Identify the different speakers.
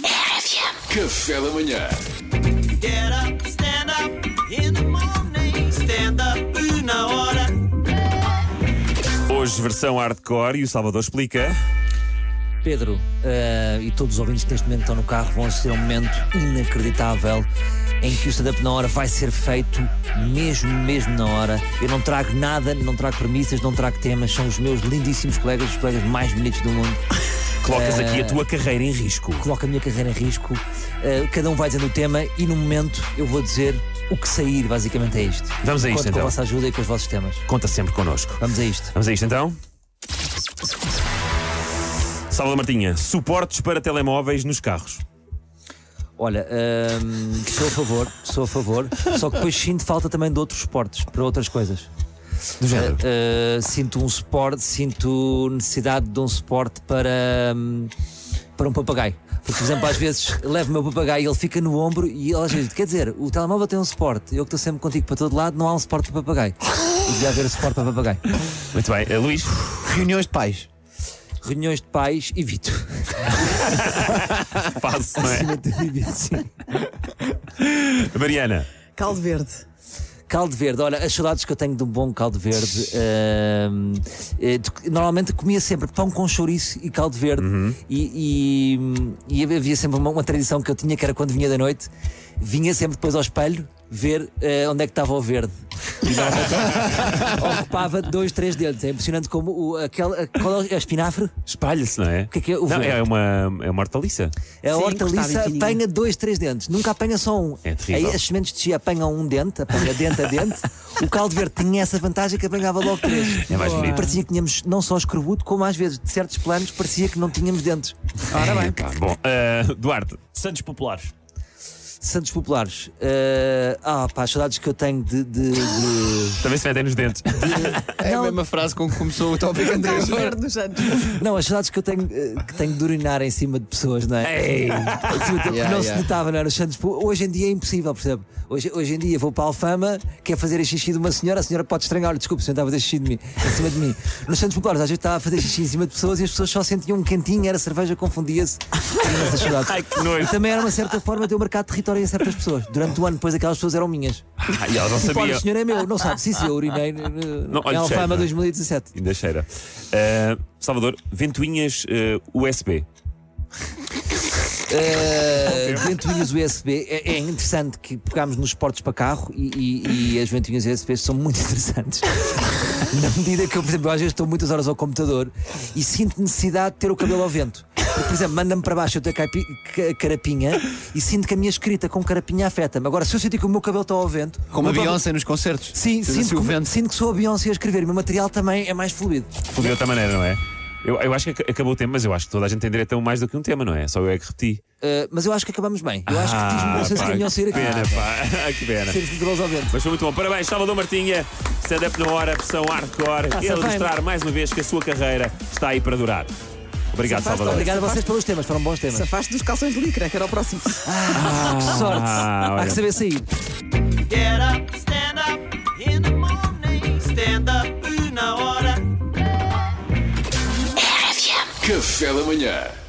Speaker 1: RFM.
Speaker 2: Café da manhã.
Speaker 3: Get up, stand up in the morning. Stand up na hora.
Speaker 4: Hoje, versão hardcore e o Salvador explica.
Speaker 5: Pedro eh, e todos os ouvintes que neste momento estão no carro vão assistir a um momento inacreditável em que o stand-up na hora vai ser feito mesmo, mesmo na hora. Eu não trago nada, não trago premissas, não trago temas, são os meus lindíssimos colegas, os colegas mais bonitos do mundo.
Speaker 4: Colocas aqui a tua carreira em risco.
Speaker 5: Coloco a minha carreira em risco, eh, cada um vai dizendo o tema e no momento eu vou dizer o que sair, basicamente é isto.
Speaker 4: Vamos a isto,
Speaker 5: Conto com
Speaker 4: então.
Speaker 5: a vossa ajuda e com os vossos temas.
Speaker 4: Conta sempre connosco.
Speaker 5: Vamos a isto.
Speaker 4: Vamos a isto então? Salvador Martinha, suportes para telemóveis nos carros.
Speaker 5: Olha, hum, sou a favor, sou a favor, só que depois sinto falta também de outros esportes, para outras coisas.
Speaker 4: Do género.
Speaker 5: Uh, sinto um suporte, sinto necessidade de um suporte para, hum, para um papagaio. Porque, por exemplo, às vezes levo o meu papagaio e ele fica no ombro e ele às vezes diz, quer dizer, o telemóvel tem um suporte, eu que estou sempre contigo para todo lado, não há um suporte para papagaio. E devia haver um suporte para papagaio.
Speaker 4: Muito bem. Eh, Luís,
Speaker 6: Reuniões de pais.
Speaker 5: Reuniões de pais, evito.
Speaker 4: passo, não é?
Speaker 5: Sim.
Speaker 4: Mariana,
Speaker 7: Caldo verde.
Speaker 5: Caldo verde, olha, as saudades que eu tenho de um bom caldo verde. ahm, eh, de- normalmente comia sempre pão com chouriço e caldo verde. E, e- e havia sempre uma, uma tradição que eu tinha, que era quando vinha da noite, vinha sempre depois ao espelho ver eh, onde é que estava o verde. E normalmente ocupava dois, três dedos. É impressionante como o, aquele, a- qual é o- é o espinafre?
Speaker 4: espalha-se, não é? O
Speaker 5: que é que é o
Speaker 4: Não,
Speaker 5: verde?
Speaker 4: é uma, é uma hortaliça.
Speaker 5: A
Speaker 7: Sim,
Speaker 5: hortaliça
Speaker 7: cortada e fininha.
Speaker 5: apanha dois, três dentes, nunca apanha só um.
Speaker 4: É terrível.
Speaker 5: Aí as sementes de chia apanham um dente, apanha dente a dente. O caldo verde tinha essa vantagem que apanhava logo três.
Speaker 4: É mais
Speaker 5: E
Speaker 4: bonito.
Speaker 5: parecia que tínhamos não só escorbuto, como às vezes, de certos planos, parecia que não tínhamos dentes.
Speaker 4: Ora bem. bom, eh, Duarte,
Speaker 6: Santos Populares.
Speaker 5: Santos Populares. eh, ah, pá, as saudades que eu tenho de. de- de-
Speaker 4: também se metem nos dentes.
Speaker 6: É a
Speaker 5: Não.
Speaker 6: mesma frase com que começou o tópico anterior.
Speaker 7: Caldo verde dos anos.
Speaker 5: Não, as saudades que eu tenho, eh, que tenho de urinar em cima de pessoas, não é?
Speaker 4: Ei,
Speaker 5: Absoluta-
Speaker 6: Yeah,
Speaker 5: não
Speaker 6: yeah.
Speaker 5: se notava, não era? Os Santos, Pô, hoje em dia é impossível, percebe? Hoje, hoje em dia vou para a Alfama, quer fazer xixi de uma senhora, a senhora pode estranhar, olha, desculpe, a senhora estava a fazer xixi de mim, em cima de mim. Nos Santos Populares, às vezes estava a fazer xixi em cima de pessoas e as pessoas só sentiam um cantinho, era cerveja, confundia-se. Tinha essas saudades.
Speaker 4: ai, que
Speaker 5: E
Speaker 4: nojo.
Speaker 5: também era uma certa forma de eu marcar território em certas pessoas. Durante o ano, depois aquelas pessoas eram minhas.
Speaker 4: Ai, elas não
Speaker 5: Pode, o
Speaker 4: sabiam.
Speaker 5: senhor é meu, não sabe, sim, sim, eu urinei eh,
Speaker 4: Não, olha,
Speaker 5: na
Speaker 4: cheira.
Speaker 5: Alfama 2017.
Speaker 4: Ainda cheira. Eh, Salvador, ventoinhas eh, USB.
Speaker 5: Uh, ventoinhas USB é, é interessante que pegámos nos portos para carro e, e- e as ventoinhas USB são muito interessantes. Na medida que eu, por exemplo, às vezes estou muitas horas ao computador e sinto necessidade de ter o cabelo ao vento. Porque, por exemplo, manda-me para baixo eu tenho caipi- ca- carapinha e sinto que a minha escrita com carapinha afeta-me. Agora, se eu sentir que o meu cabelo está ao vento.
Speaker 6: Como a
Speaker 5: o meu
Speaker 6: Beyoncé nos concertos.
Speaker 5: Sim,
Speaker 6: Fez assim
Speaker 5: sinto
Speaker 6: o
Speaker 5: que,
Speaker 6: vento.
Speaker 5: sinto que sou a Beyoncé a escrever. O meu material também é mais fluido.
Speaker 4: Fudeu de outra maneira, não é? Eu, eu acho que ac- acabou o tema, mas eu acho que toda a gente tem direito a um mais do que um tema, não é? Só eu é que repeti.
Speaker 5: Uh, mas eu acho que acabamos bem. Eu acho que diz-me
Speaker 4: Ah,
Speaker 5: não sei se
Speaker 4: pá,
Speaker 5: a Beyoncé
Speaker 4: que pena,
Speaker 5: aqui.
Speaker 4: pá. Ah, que pena.
Speaker 5: Ser de cabelos ao vento.
Speaker 4: Mas foi muito bom. Parabéns, Salvador Martinha. Stand-up na hora, versão hardcore.
Speaker 5: Ah,
Speaker 4: Ele
Speaker 5: safai-me.
Speaker 4: mostrar mais uma vez que a sua carreira está aí para durar. Obrigado, Salvador.
Speaker 5: Obrigado a vocês pelos temas, foram bons temas. Ah,
Speaker 7: Safaste dos calções de licra, que era o próximo.
Speaker 5: Que sorte!
Speaker 4: Ah, olha.
Speaker 5: Há que saber sair.
Speaker 3: Get up, stand up in the morning. Stand up na hora.
Speaker 1: RFM.
Speaker 2: Café da manhã.